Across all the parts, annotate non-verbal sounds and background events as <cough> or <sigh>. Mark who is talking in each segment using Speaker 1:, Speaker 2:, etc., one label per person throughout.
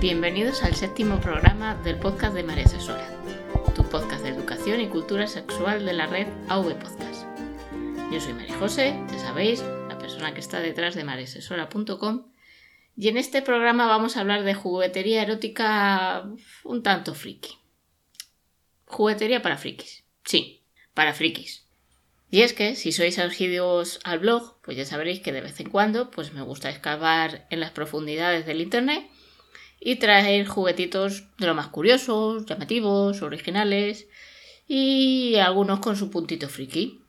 Speaker 1: Bienvenidos al séptimo programa del podcast de María Asesora, tu podcast de educación y cultura sexual de la red AV Podcast. Yo soy María José, ya sabéis, la persona que está detrás de mariasesora.com y en este programa vamos a hablar de juguetería erótica un tanto friki. Juguetería para frikis. Sí, para frikis. Y es que si sois asiduos al blog, pues ya sabréis que de vez en cuando pues me gusta excavar en las profundidades del internet y traer juguetitos de lo más curiosos, llamativos, originales y algunos con su puntito friki.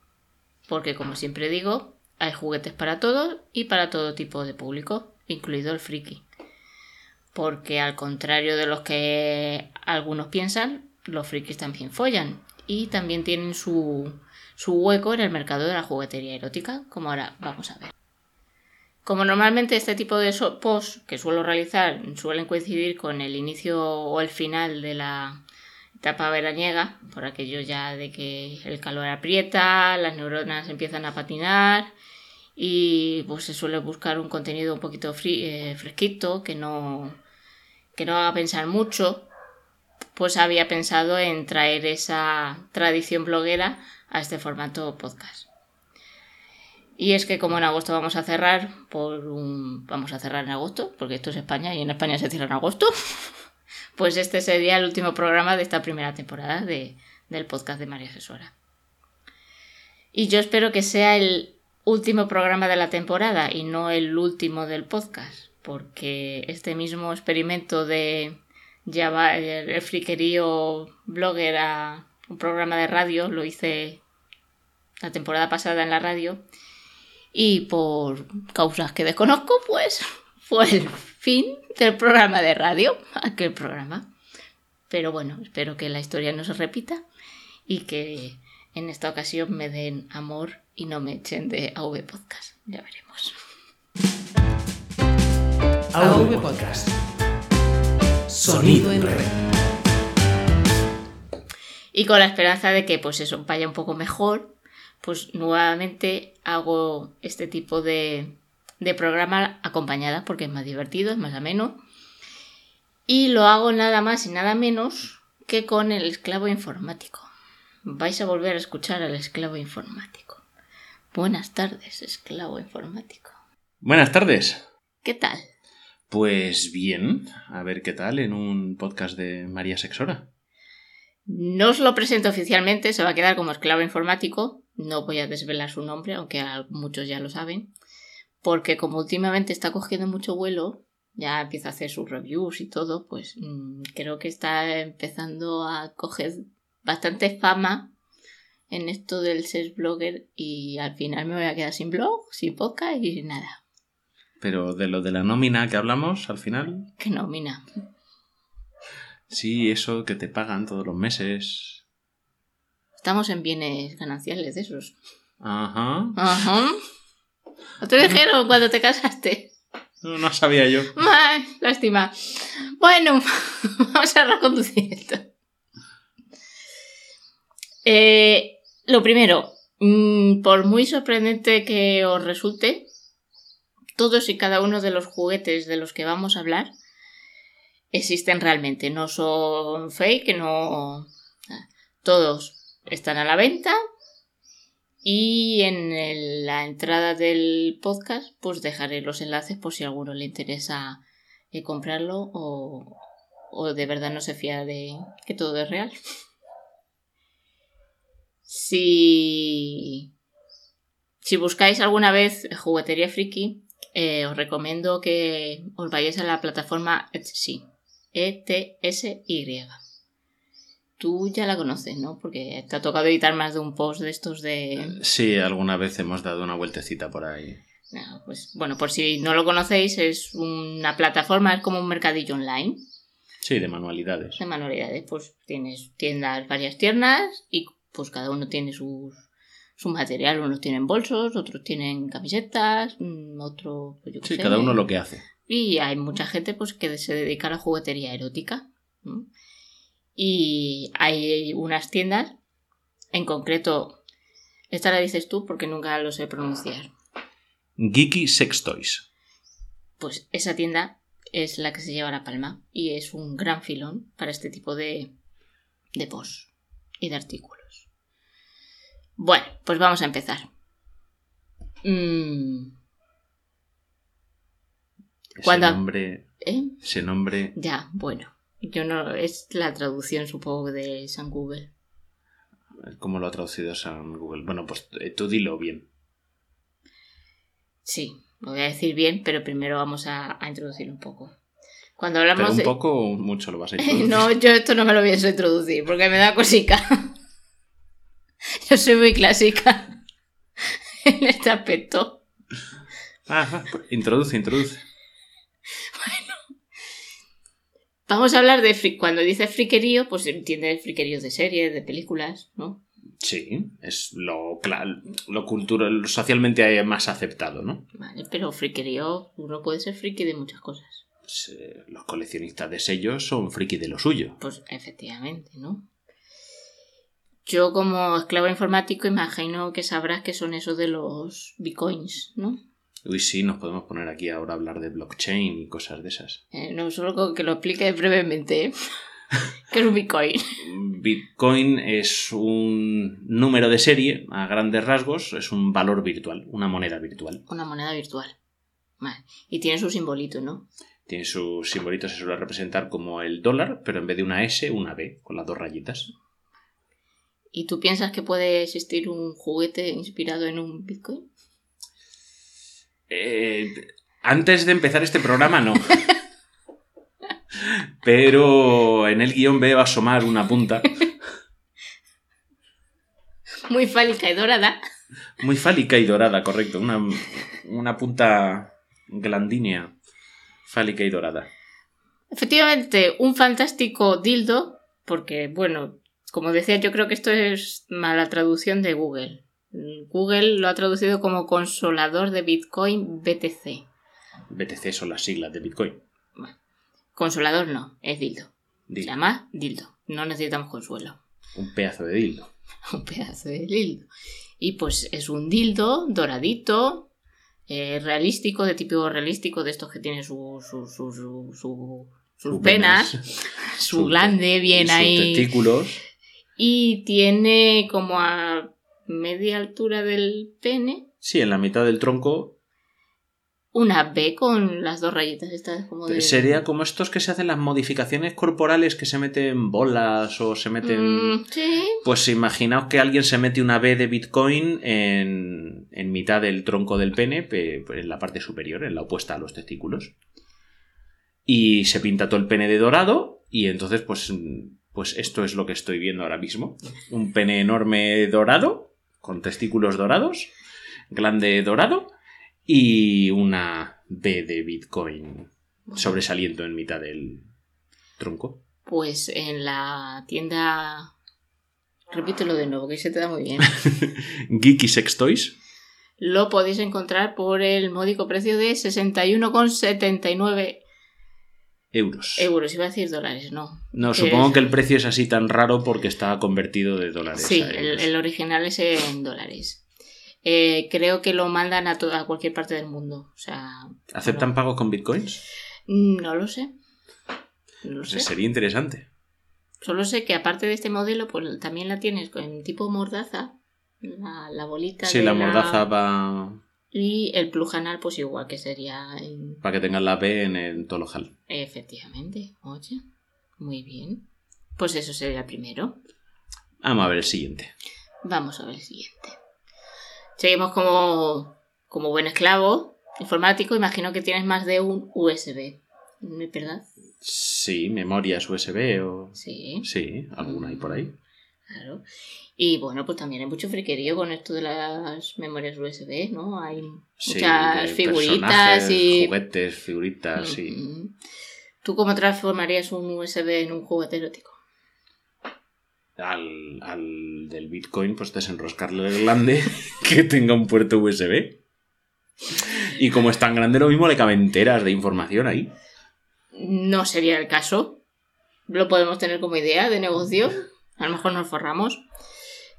Speaker 1: Porque como siempre digo, hay juguetes para todos y para todo tipo de público, incluido el friki. Porque al contrario de los que algunos piensan, los frikis también follan y también tienen su, su hueco en el mercado de la juguetería erótica, como ahora vamos a ver. Como normalmente este tipo de so- posts que suelo realizar suelen coincidir con el inicio o el final de la etapa veraniega, por aquello ya de que el calor aprieta, las neuronas empiezan a patinar y pues se suele buscar un contenido un poquito fri- eh, fresquito que no que no haga pensar mucho, pues había pensado en traer esa tradición bloguera a este formato podcast. Y es que como en agosto vamos a cerrar por un vamos a cerrar en agosto, porque esto es España y en España se cierra en agosto, <laughs> pues este sería el último programa de esta primera temporada de, del podcast de María Asesora. Y yo espero que sea el último programa de la temporada y no el último del podcast, porque este mismo experimento de llevar el friquerío blogger a un programa de radio lo hice la temporada pasada en la radio y por causas que desconozco, pues <laughs> fue el fin del programa de radio, <laughs> aquel programa. Pero bueno, espero que la historia no se repita y que en esta ocasión me den amor y no me echen de AV Podcast. Ya veremos.
Speaker 2: AV Podcast. Sonido en red.
Speaker 1: Y con la esperanza de que pues eso vaya un poco mejor, pues nuevamente hago este tipo de, de programa acompañada porque es más divertido, es más ameno. Y lo hago nada más y nada menos que con el esclavo informático. Vais a volver a escuchar al esclavo informático. Buenas tardes, esclavo informático.
Speaker 3: Buenas tardes.
Speaker 1: ¿Qué tal?
Speaker 3: Pues bien, a ver qué tal en un podcast de María Sexora.
Speaker 1: No os lo presento oficialmente, se va a quedar como esclavo informático. No voy a desvelar su nombre, aunque a muchos ya lo saben. Porque como últimamente está cogiendo mucho vuelo, ya empieza a hacer sus reviews y todo, pues mm, creo que está empezando a coger bastante fama en esto del ser blogger y al final me voy a quedar sin blog, sin podcast y nada.
Speaker 3: Pero de lo de la nómina que hablamos al final,
Speaker 1: Que no, mina.
Speaker 3: sí, eso que te pagan todos los meses.
Speaker 1: Estamos en bienes gananciales de esos.
Speaker 3: Ajá.
Speaker 1: Ajá. ¿No te dijeron cuando te casaste?
Speaker 3: No, no sabía yo.
Speaker 1: Ay, lástima. Bueno, <laughs> vamos a reconducir esto. Eh, lo primero, mm, por muy sorprendente que os resulte, todos y cada uno de los juguetes de los que vamos a hablar existen realmente, no son fake, no... ah, Todos están a la venta y en el- la entrada del podcast pues dejaré los enlaces por si a alguno le interesa eh, comprarlo o, o de verdad no se fía de que todo es real. Si, si buscáis alguna vez juguetería friki, eh, os recomiendo que os vayáis a la plataforma Etsy. E E-T-S-Y. Tú ya la conoces, ¿no? Porque te ha tocado editar más de un post de estos de...
Speaker 3: Sí, alguna vez hemos dado una vueltecita por ahí.
Speaker 1: Ah, pues, bueno, por si no lo conocéis, es una plataforma, es como un mercadillo online
Speaker 3: Sí, de manualidades.
Speaker 1: de manualidades. Pues tienes tiendas, varias tiendas y pues cada uno tiene sus, su material. Unos tienen bolsos, otros tienen camisetas, mm, otro... pues, yo qué
Speaker 3: Sí,
Speaker 1: sé.
Speaker 3: cada uno lo que hace.
Speaker 1: Y hay mucha gente pues que se dedica a la juguetería erótica. ¿no? Y hay unas tiendas, en concreto, esta la dices tú porque nunca lo sé pronunciar.
Speaker 3: Geeky Sex Toys.
Speaker 1: pues esa tienda es la que se lleva la palma y es un gran filón para este tipo de, de posts y de artículos. Bueno, pues vamos a empezar. Mm,
Speaker 3: Ese
Speaker 1: Cuando-
Speaker 3: nombre,
Speaker 1: ¿eh?
Speaker 3: ese nombre,
Speaker 1: Ya, bueno. Yo no, es la traducción, supongo, de San Google.
Speaker 3: ¿cómo lo ha traducido San Google? Bueno, pues eh, tú dilo bien.
Speaker 1: Sí, lo voy a decir bien, pero primero vamos a, a introducir un poco. Cuando hablamos
Speaker 3: Pero un
Speaker 1: de...
Speaker 3: poco o mucho lo vas a introducir.
Speaker 1: eh. <laughs> No, yo esto no me lo pienso introducir porque me da cosica. <laughs> Yo soy muy clásica <laughs> en este aspecto.
Speaker 3: Ajá, pues, introduce, introduce.
Speaker 1: Vamos a hablar de fri- cuando dice friquerío, pues se entiende el friquerío de series, de películas, ¿no?
Speaker 3: Sí, es lo, cla- lo cultural, lo socialmente más aceptado, ¿no?
Speaker 1: Vale, pero friquerío, uno puede ser friki de muchas cosas.
Speaker 3: Pues, eh, los coleccionistas de sellos son friki de lo suyo.
Speaker 1: Pues efectivamente, ¿no? Yo como esclavo informático imagino que sabrás que son esos de los bitcoins, ¿no?
Speaker 3: Uy, sí, nos podemos poner aquí ahora a hablar de blockchain y cosas de esas.
Speaker 1: Eh, no solo con que lo explique brevemente, ¿eh? <laughs> que es un bitcoin.
Speaker 3: Bitcoin es un número de serie, a grandes rasgos, es un valor virtual, una moneda virtual.
Speaker 1: una moneda virtual. Vale. Y tiene su simbolito, ¿no?
Speaker 3: Tiene su simbolito, se suele representar como el dólar, pero en vez de una S, una B, con las dos rayitas.
Speaker 1: ¿Y tú piensas que puede existir un juguete inspirado en un Bitcoin? <laughs>
Speaker 3: Eh, antes de empezar este programa, no. <laughs> Pero en el guión B va a asomar una punta
Speaker 1: Muy fálica y dorada.
Speaker 3: muy fálica y dorada, correcto. Una, una punta glandínea, fálica y dorada.
Speaker 1: Efectivamente, un fantástico dildo, porque, bueno, como decía, yo creo que esto es mala traducción de Google. Mm, Google lo ha traducido como consolador de Bitcoin BTC.
Speaker 3: BTC son las siglas de Bitcoin.
Speaker 1: Consolador no, es dildo. Se
Speaker 3: Dildo.
Speaker 1: llama dildo. No necesitamos consuelo.
Speaker 3: Un pedazo de dildo.
Speaker 1: <laughs> un pedazo de dildo. Y pues es un dildo doradito, eh, realístico, de tipo realístico, de estos que tiene su, su, su, su- su- sus
Speaker 3: Sus
Speaker 1: venas, <laughs> su
Speaker 3: sus
Speaker 1: glande bien
Speaker 3: y
Speaker 1: ahí.
Speaker 3: Sus testículos.
Speaker 1: Y tiene como a media altura del pene
Speaker 3: Sí, en la mitad del tronco.
Speaker 1: una B con las dos rayitas estas como de...
Speaker 3: Sería como estos que se hacen las modificaciones corporales que se meten bolas o se meten...
Speaker 1: Mm, sí,
Speaker 3: Pues imaginaos que alguien se mete una B de Bitcoin en, en mitad del tronco del pene, pe- en la parte superior, en la opuesta a los testículos. Y se pinta todo el pene de dorado y entonces pues, mm, pues esto es lo que estoy viendo ahora mismo. Un pene enorme dorado, con testículos dorados, glande dorado y una B de Bitcoin sobresaliendo en mitad del tronco.
Speaker 1: pues en la tienda... Repítelo de nuevo, que se te da muy bien.
Speaker 3: Geeky Sex Toys.
Speaker 1: lo podéis encontrar por el módico precio de 61,79
Speaker 3: Euros.
Speaker 1: euros. Iba a decir dólares, no.
Speaker 3: No,
Speaker 1: Que
Speaker 3: supongo
Speaker 1: es-
Speaker 3: que el precio es así tan raro porque está convertido de dólares. pues.
Speaker 1: Sí,
Speaker 3: a
Speaker 1: el,
Speaker 3: euros.
Speaker 1: el original es en dólares. Eh, creo que lo mandan a, to- a cualquier parte del mundo. O sea,
Speaker 3: ¿Aceptan pagos con bitcoins? Pues
Speaker 1: no lo sé. No lo sé.
Speaker 3: Sería interesante.
Speaker 1: Solo sé que aparte de este modelo, pues también la tienes con tipo mordaza. La, la bolita.
Speaker 3: Sí,
Speaker 1: de
Speaker 3: la mordaza va
Speaker 1: Y el plujanal, pues igual que sería en
Speaker 3: para que tengan la B en el Tolojal.
Speaker 1: Efectivamente, oye, muy bien. Pues eso sería el primero.
Speaker 3: Vamos a ver el siguiente.
Speaker 1: Vamos a ver el siguiente. Seguimos como, como buen esclavo informático. Imagino que tienes más de un USB, ¿no es ¿verdad?
Speaker 3: Sí, memorias USB o...
Speaker 1: Sí,
Speaker 3: Sí, alguna hay por ahí.
Speaker 1: claro. Y bueno, pues también hay mucho friquerío con esto de las memorias USB, ¿no? Hay
Speaker 3: Sí,
Speaker 1: muchas
Speaker 3: de
Speaker 1: figuritas
Speaker 3: personajes,
Speaker 1: y... Mm.
Speaker 3: Juguetes, figuritas, sí.
Speaker 1: Ujú. ¿Tú cómo transformarías un USB en un juguete erótico?
Speaker 3: Al, al del Bitcoin, pues desenroscarle el glande <laughs> que tenga un puerto USB. Y como es tan grande, lo mismo le caben enteras de información ahí.
Speaker 1: No sería el caso. Lo podemos tener como idea de negocio. A lo mejor nos forramos.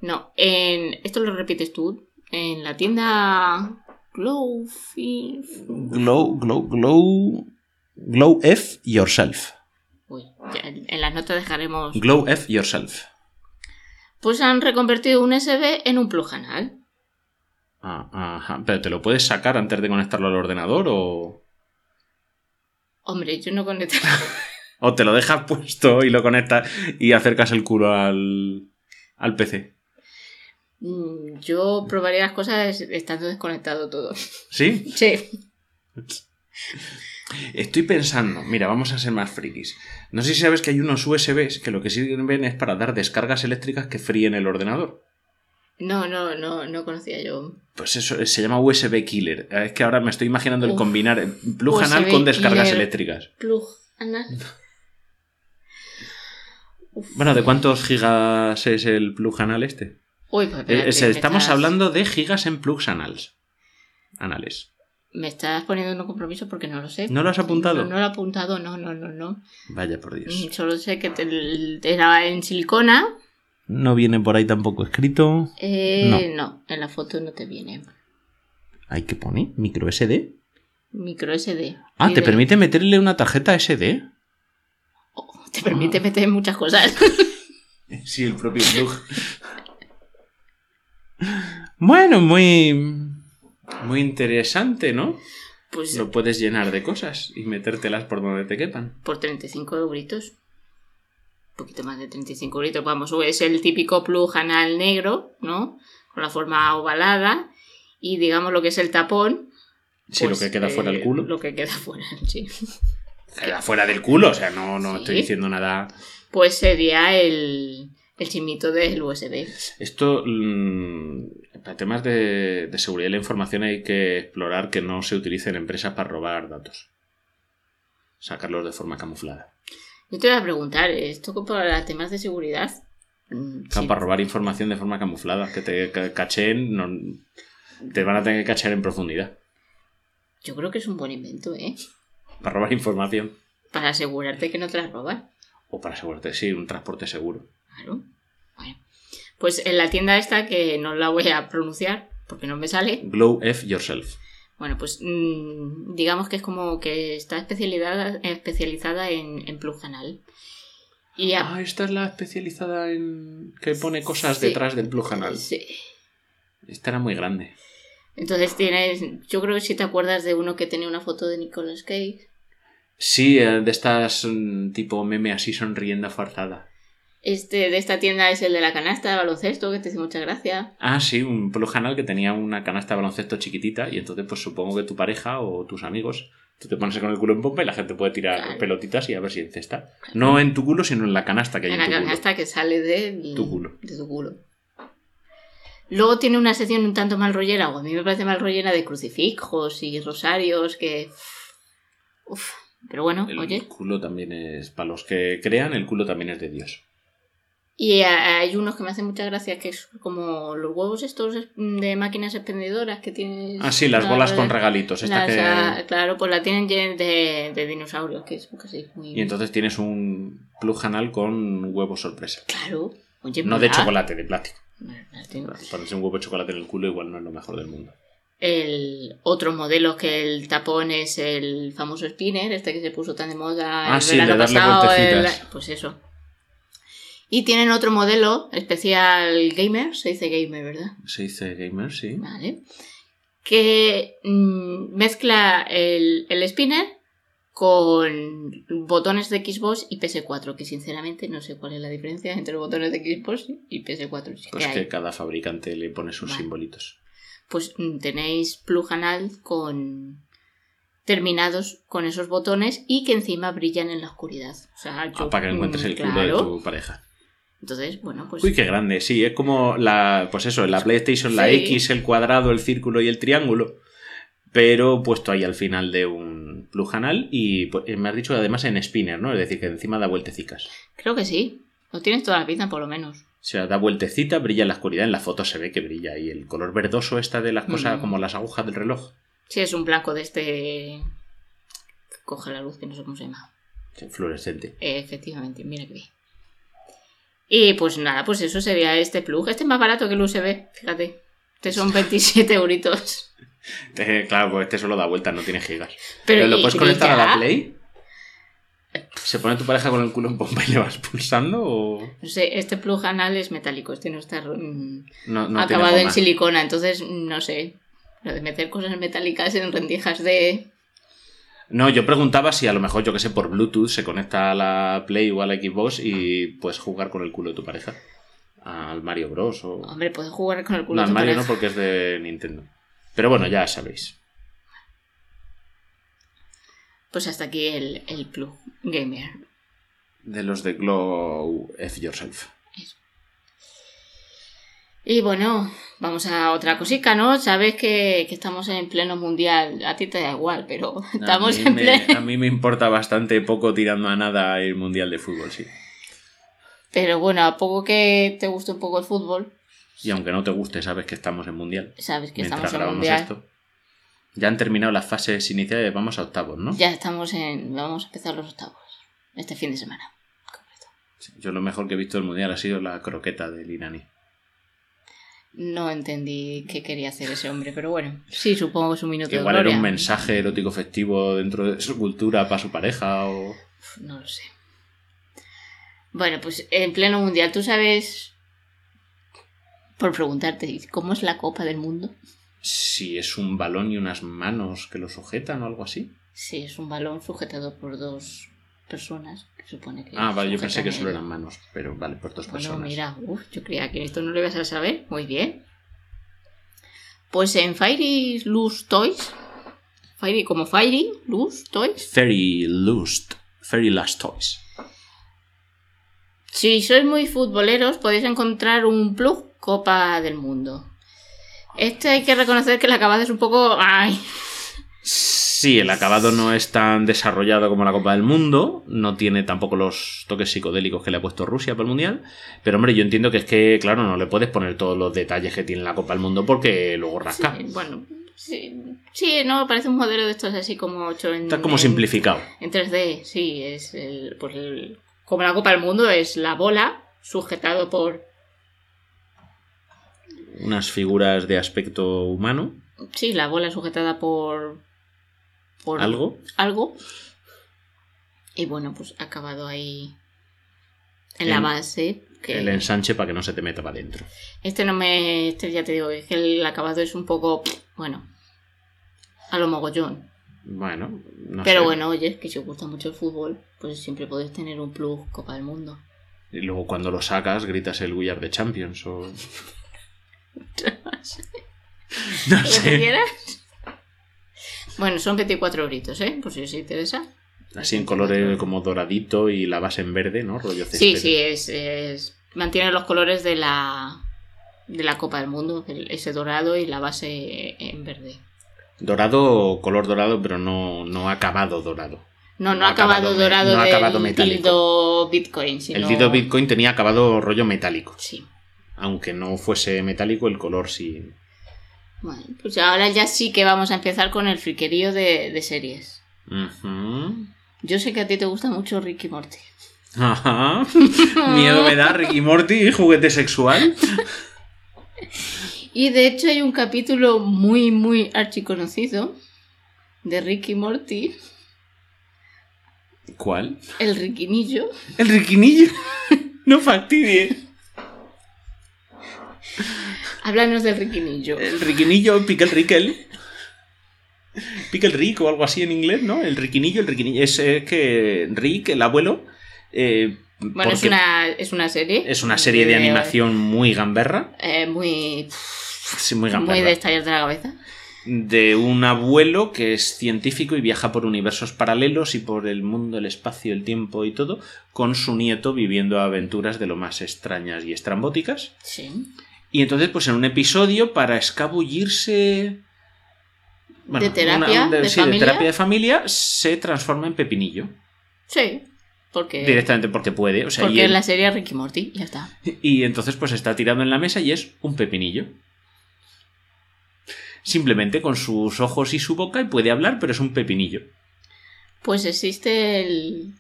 Speaker 1: No, en, esto lo repites tú. En la tienda Glowfi-
Speaker 3: Glow, glow, glow. Glow F Yourself.
Speaker 1: Uy, ya en en las notas dejaremos.
Speaker 3: Glow F Yourself.
Speaker 1: Pues han reconvertido un USB en un plug anal.
Speaker 3: Ah, ajá. Pero ¿te lo puedes sacar antes de conectarlo al ordenador o,
Speaker 1: Hombre, yo no conecto. <laughs>
Speaker 3: o te lo dejas <laughs> puesto y lo conectas y acercas el culo al, al PC?
Speaker 1: Mm, Yo probaré las cosas estando desconectado todo. <laughs>
Speaker 3: ¿Sí?
Speaker 1: Sí.
Speaker 3: Estoy pensando, mira, vamos a ser más frikis. No sé si sabes que hay unos USBs que lo que sirven es para dar descargas eléctricas que fríen el ordenador.
Speaker 1: No, no, no, no conocía yo.
Speaker 3: Pues eso eh, se llama USB Killer. Ah, Es que ahora me estoy imaginando el
Speaker 1: Uf,
Speaker 3: combinar eh, plug anal
Speaker 1: USB
Speaker 3: con descargas
Speaker 1: killer.
Speaker 3: eléctricas.
Speaker 1: Plug anal. Uf.
Speaker 3: Bueno, ¿de cuántos gigas es el plug anal este?
Speaker 1: Uy, pues espérate,
Speaker 3: Eh, eh,
Speaker 1: me
Speaker 3: estamos
Speaker 1: estás-
Speaker 3: hablando de gigas en plugs anals. Anales.
Speaker 1: Me estás poniendo en un compromiso porque no lo sé.
Speaker 3: ¿No lo has apuntado?
Speaker 1: No, no lo he apuntado, no, no, no, no.
Speaker 3: Vaya por Dios.
Speaker 1: Mm, Solo sé que te- era en silicona.
Speaker 3: No viene por ahí tampoco escrito.
Speaker 1: Eh, no. en la foto no te viene.
Speaker 3: Hay que poner micro SD.
Speaker 1: Micro SD.
Speaker 3: Ah,
Speaker 1: Y
Speaker 3: ¿te
Speaker 1: de-
Speaker 3: permite meterle una tarjeta SD?
Speaker 1: Oh, <laughs> te
Speaker 3: Ah.
Speaker 1: permite meter muchas
Speaker 3: <laughs>
Speaker 1: cosas.
Speaker 3: Sí, el propio plug. bueno, muy. Muy interesante, ¿no?
Speaker 1: Pues
Speaker 3: Lo puedes llenar de cosas y metértelas por donde te quepan.
Speaker 1: por 35 euritos. Un poquito más de 35 euritos. Vamos, es el típico plug anal negro, ¿no? Con la forma ovalada. Y digamos lo que es el tapón.
Speaker 3: Si
Speaker 1: pues,
Speaker 3: lo que queda
Speaker 1: eh,
Speaker 3: fuera del culo.
Speaker 1: Lo que queda <laughs> fuera, sí.
Speaker 3: Queda fuera del culo, o sea, no, no
Speaker 1: Sí.
Speaker 3: estoy diciendo nada.
Speaker 1: Pues sería el, el chimito del USB.
Speaker 3: Esto, mm, para temas de, de seguridad de la información hay que explorar que no se utilicen empresas para robar datos. Sacarlos de forma camuflada.
Speaker 1: Yo te voy a preguntar, ¿esto para temas de seguridad? Mm,
Speaker 3: Claro,
Speaker 1: sí.
Speaker 3: Para robar información de forma camuflada. Que te ca- cacheen, no- te van a tener que cachar en profundidad.
Speaker 1: Yo creo que es un buen invento, ¿eh?
Speaker 3: Para robar información.
Speaker 1: Para asegurarte que no te las roban.
Speaker 3: O para asegurarte, sí, un transporte seguro.
Speaker 1: Claro. Bueno. Pues en la tienda esta, que no la voy a pronunciar porque no me sale,
Speaker 3: Glow F yourself.
Speaker 1: bueno, pues mm, digamos que es como que está especializada, especializada en, en plug anal. Y a-
Speaker 3: Ah, esta es la especializada en... que pone cosas
Speaker 1: Sí.
Speaker 3: detrás del plug anal.
Speaker 1: sí.
Speaker 3: Esta era muy grande.
Speaker 1: Entonces tienes, yo creo que si te acuerdas de uno que tenía una foto de Nicolas Cage,
Speaker 3: Sí, eh, de estas mm, tipo meme así sonriendo forzada.
Speaker 1: este de esta tienda es el de la canasta de baloncesto, que te hace mucha gracia.
Speaker 3: Ah, sí, un plug anal que tenía una canasta de baloncesto chiquitita y entonces pues supongo que tu pareja o tus amigos tú te pones con el culo en pompa y la gente puede tirar
Speaker 1: Claro.
Speaker 3: pelotitas y a ver si encesta. No en tu culo, sino en la canasta que hay
Speaker 1: En
Speaker 3: en,
Speaker 1: la
Speaker 3: tu culo.
Speaker 1: canasta que sale de
Speaker 3: Tu culo.
Speaker 1: De tu culo. Luego tiene una sección un tanto mal rollera, o a mí me parece mal rollera, de crucifijos y rosarios que. Uf, pero bueno,
Speaker 3: El
Speaker 1: oye.
Speaker 3: culo también es, para los que crean, el culo también es de Dios.
Speaker 1: Y a- hay unos que me hacen mucha gracia, que es como los huevos estos de máquinas expendedoras que tienes.
Speaker 3: Ah, sí, las bolas con
Speaker 1: regalos
Speaker 3: regalitos. esta que-
Speaker 1: Claro, pues la tienen llena de, de dinosaurios, que es casi muy.
Speaker 3: Y entonces tienes un plug anal con huevo sorpresa.
Speaker 1: Claro. Oye, pues
Speaker 3: No de
Speaker 1: mola.
Speaker 3: chocolate, de plástico.
Speaker 1: Bueno, la tengo.
Speaker 3: Ponerse un huevo de chocolate en el culo igual no es lo mejor del mundo.
Speaker 1: El otro modelo que el tapón es el famoso spinner, este que se puso tan de moda
Speaker 3: Ah,
Speaker 1: el
Speaker 3: sí, de darle vueltecitas.
Speaker 1: pues eso. Y tienen otro modelo especial gamer, se dice gamer, ¿verdad?
Speaker 3: Se dice gamer, sí.
Speaker 1: Vale. Que mm, mezcla el, el spinner con botones de Xbox y PS4, que sinceramente no sé cuál es la diferencia entre los botones de Xbox y PS4. si es que
Speaker 3: Pues
Speaker 1: hay.
Speaker 3: que cada fabricante le pone sus
Speaker 1: Vale.
Speaker 3: simbolitos.
Speaker 1: pues mm, tenéis plug anal con terminados con esos botones y que encima brillan en la oscuridad. O sea, yo,
Speaker 3: Ah, para que encuentres
Speaker 1: mm,
Speaker 3: el culo
Speaker 1: claro.
Speaker 3: de tu pareja.
Speaker 1: Entonces, bueno, pues
Speaker 3: Uy, qué grande. Sí, es como la. Pues eso, la PlayStation, la
Speaker 1: Sí.
Speaker 3: X, el cuadrado, el círculo y el triángulo. Pero puesto ahí al final de un plug anal y pues, eh, me has dicho además en spinner, ¿no? Es decir, que encima da vueltecicas.
Speaker 1: creo que sí. Lo tienes toda la pinta, por lo menos.
Speaker 3: O sea, da vueltecita, brilla en la oscuridad. En la foto se ve que brilla. Y el color verdoso está de las cosas
Speaker 1: Mm.
Speaker 3: como las agujas del reloj.
Speaker 1: Si es un blanco de este que coge la luz, que no sé cómo se llama.
Speaker 3: Fluorescente.
Speaker 1: Eh, Efectivamente, mira que bien. Y pues nada, pues eso sería este plug. Este es más barato que el USB, fíjate. Este
Speaker 3: <laughs>
Speaker 1: son 27 euritos.
Speaker 3: Eh, claro, pues este solo da vueltas, no tiene gigas.
Speaker 1: Pero,
Speaker 3: Pero lo
Speaker 1: y
Speaker 3: puedes conectar a
Speaker 1: brilla.
Speaker 3: la Play ¿Se pone tu pareja con el culo en pompa y le vas pulsando o...?
Speaker 1: No sé, este plug anal es metálico, este no está mm,
Speaker 3: No, no tiene
Speaker 1: acabado en
Speaker 3: forma?
Speaker 1: silicona, entonces mm, no sé. Lo de meter cosas metálicas en rendijas de.
Speaker 3: No, yo preguntaba si a lo mejor, yo que sé, por Bluetooth se conecta a la Play o a la Xbox y puedes jugar con el culo de tu pareja. Al Mario Bros o...
Speaker 1: Hombre, puedes jugar con el culo
Speaker 3: No,
Speaker 1: de
Speaker 3: al
Speaker 1: tu
Speaker 3: Mario no
Speaker 1: pareja.
Speaker 3: porque es de Nintendo. Pero bueno, ya sabéis.
Speaker 1: Pues hasta aquí el, el plug gamer.
Speaker 3: De los de Glow F Yourself.
Speaker 1: Y bueno, vamos a otra cosica, ¿no? Sabes que, que estamos en pleno mundial. A ti te da igual,
Speaker 3: <laughs>
Speaker 1: pero estamos
Speaker 3: a mí
Speaker 1: en
Speaker 3: me-
Speaker 1: pleno.
Speaker 3: a mí me importa bastante poco tirando a nada el Mundial de Fútbol, sí.
Speaker 1: Pero bueno, a poco que te guste un poco el fútbol,
Speaker 3: Y aunque no te guste, sabes que estamos en Mundial.
Speaker 1: sabes que
Speaker 3: mientras
Speaker 1: estamos en
Speaker 3: grabamos
Speaker 1: mundial.
Speaker 3: esto. Ya han terminado las fases iniciales, vamos a octavos, ¿no?
Speaker 1: Ya estamos en. Vamos a empezar los octavos. Este fin de semana.
Speaker 3: Sí, Yo lo mejor que he visto del Mundial ha sido la croqueta del Inani.
Speaker 1: No entendí qué quería hacer ese hombre, pero bueno. Sí, supongo que es un minuto
Speaker 3: Igual
Speaker 1: de
Speaker 3: era
Speaker 1: gloria.
Speaker 3: un mensaje erótico festivo dentro de su cultura para su pareja o...
Speaker 1: No lo sé. Bueno, pues en pleno mundial, tú sabes. Por preguntarte, ¿cómo es la Copa del Mundo?
Speaker 3: Si es un balón y unas manos que lo sujetan o algo así.
Speaker 1: Sí, es un balón sujetado por dos personas, que supone que.
Speaker 3: Ah, vale, yo pensé
Speaker 1: sujetan
Speaker 3: que
Speaker 1: el-
Speaker 3: solo eran manos, pero vale, por dos
Speaker 1: Bueno,
Speaker 3: personas.
Speaker 1: mira, uf, yo creía que esto no lo ibas a saber. Muy bien. Pues en Fairy Luz Toys. Fairy, como Fairy Luz Toys.
Speaker 3: Fairy Lust. Fairy Last Toys.
Speaker 1: Si sois muy futboleros, podéis encontrar un plug Copa del Mundo. Este hay que reconocer que el acabado es un poco. Ay,
Speaker 3: Sí, el acabado no es tan desarrollado como la Copa del Mundo, no tiene tampoco los toques psicodélicos que le ha puesto Rusia para el Mundial, pero hombre, yo entiendo que es que, claro, no le puedes poner todos los detalles que tiene la Copa del Mundo porque luego rasca.
Speaker 1: sí, <laughs> bueno, sí, sí, no, parece un modelo de estos así como hecho en.
Speaker 3: Está como
Speaker 1: en-
Speaker 3: simplificado.
Speaker 1: En 3D, sí, es el, pues el- como la Copa del Mundo, es la bola sujetado por
Speaker 3: Unas figuras de aspecto humano,
Speaker 1: Sí, la bola sujetada por. por
Speaker 3: algo.
Speaker 1: algo. Y bueno, pues ha acabado ahí. En
Speaker 3: El-
Speaker 1: la base. Que
Speaker 3: El ensanche para que no se te meta para adentro.
Speaker 1: Este no me. Este ya te digo, es que el acabado es un poco. Bueno. A lo mogollón.
Speaker 3: Bueno, no
Speaker 1: Pero
Speaker 3: sé.
Speaker 1: bueno, oye, que si os gusta mucho el fútbol, pues siempre podéis tener un plus Copa del Mundo.
Speaker 3: <laughs> Y luego cuando lo sacas, gritas el We Are the
Speaker 1: <laughs>
Speaker 3: Champions o. <laughs> No
Speaker 1: Lo que
Speaker 3: sé.
Speaker 1: quieras. Bueno, son 24 euritos, ¿eh? Por si os interesa.
Speaker 3: Así en colores como doradito y la base en verde, ¿no? Rollo
Speaker 1: Sí,
Speaker 3: césped.
Speaker 1: sí, es, es- mantiene los colores de la de la Copa del Mundo, el- ese dorado y la base en verde.
Speaker 3: Dorado, color dorado, pero no, no acabado dorado.
Speaker 1: No, no,
Speaker 3: No
Speaker 1: ha acabado,
Speaker 3: acabado me-
Speaker 1: dorado
Speaker 3: no ha
Speaker 1: del
Speaker 3: acabado metálico.
Speaker 1: dildo Bitcoin, sino
Speaker 3: El Dido Bitcoin tenía acabado rollo metálico.
Speaker 1: Sí.
Speaker 3: Aunque no fuese metálico, el color sí.
Speaker 1: Bueno, pues ahora ya sí que vamos a empezar con el friquerío de, de series.
Speaker 3: Ujú.
Speaker 1: Yo sé que a ti te gusta mucho Ricky Morty. <laughs>
Speaker 3: Ajá. Miedo me da Ricky Morty y juguete sexual.
Speaker 1: Y de hecho hay un capítulo muy, muy archiconocido de Ricky Morty,
Speaker 3: ¿Cuál?
Speaker 1: el Riquinillo.
Speaker 3: El Riquinillo. <laughs> No factidie.
Speaker 1: Háblanos del Riquinillo.
Speaker 3: El Riquinillo, Pickle Rickel. Pickle Rick o algo así en inglés, ¿no? El Riquinillo, el Riquinillo. Es, eh, que Rick, el abuelo. eh,
Speaker 1: Bueno, es
Speaker 3: porque-
Speaker 1: una, es una serie.
Speaker 3: Es una serie de animación muy gamberra.
Speaker 1: eh, muy,
Speaker 3: Sí, muy gamberra.
Speaker 1: muy de estallar de la cabeza.
Speaker 3: De un abuelo que es científico y viaja por universos paralelos y por el mundo, el espacio, el tiempo y todo, con su nieto viviendo aventuras de lo más extrañas y estrambóticas.
Speaker 1: Sí.
Speaker 3: Y entonces, pues en un episodio para escabullirse.
Speaker 1: De terapia, de
Speaker 3: sí,
Speaker 1: familia.
Speaker 3: terapia de familia, se transforma en Pepinillo.
Speaker 1: Sí. Porque,
Speaker 3: Directamente porque puede. O sea, y
Speaker 1: Eh, porque es
Speaker 3: él-
Speaker 1: la serie Ricky Morty, ya está.
Speaker 3: Y entonces pues está tirando en la mesa y es un pepinillo. Simplemente con sus ojos y su boca y puede hablar, pero es un pepinillo.
Speaker 1: Pues existe el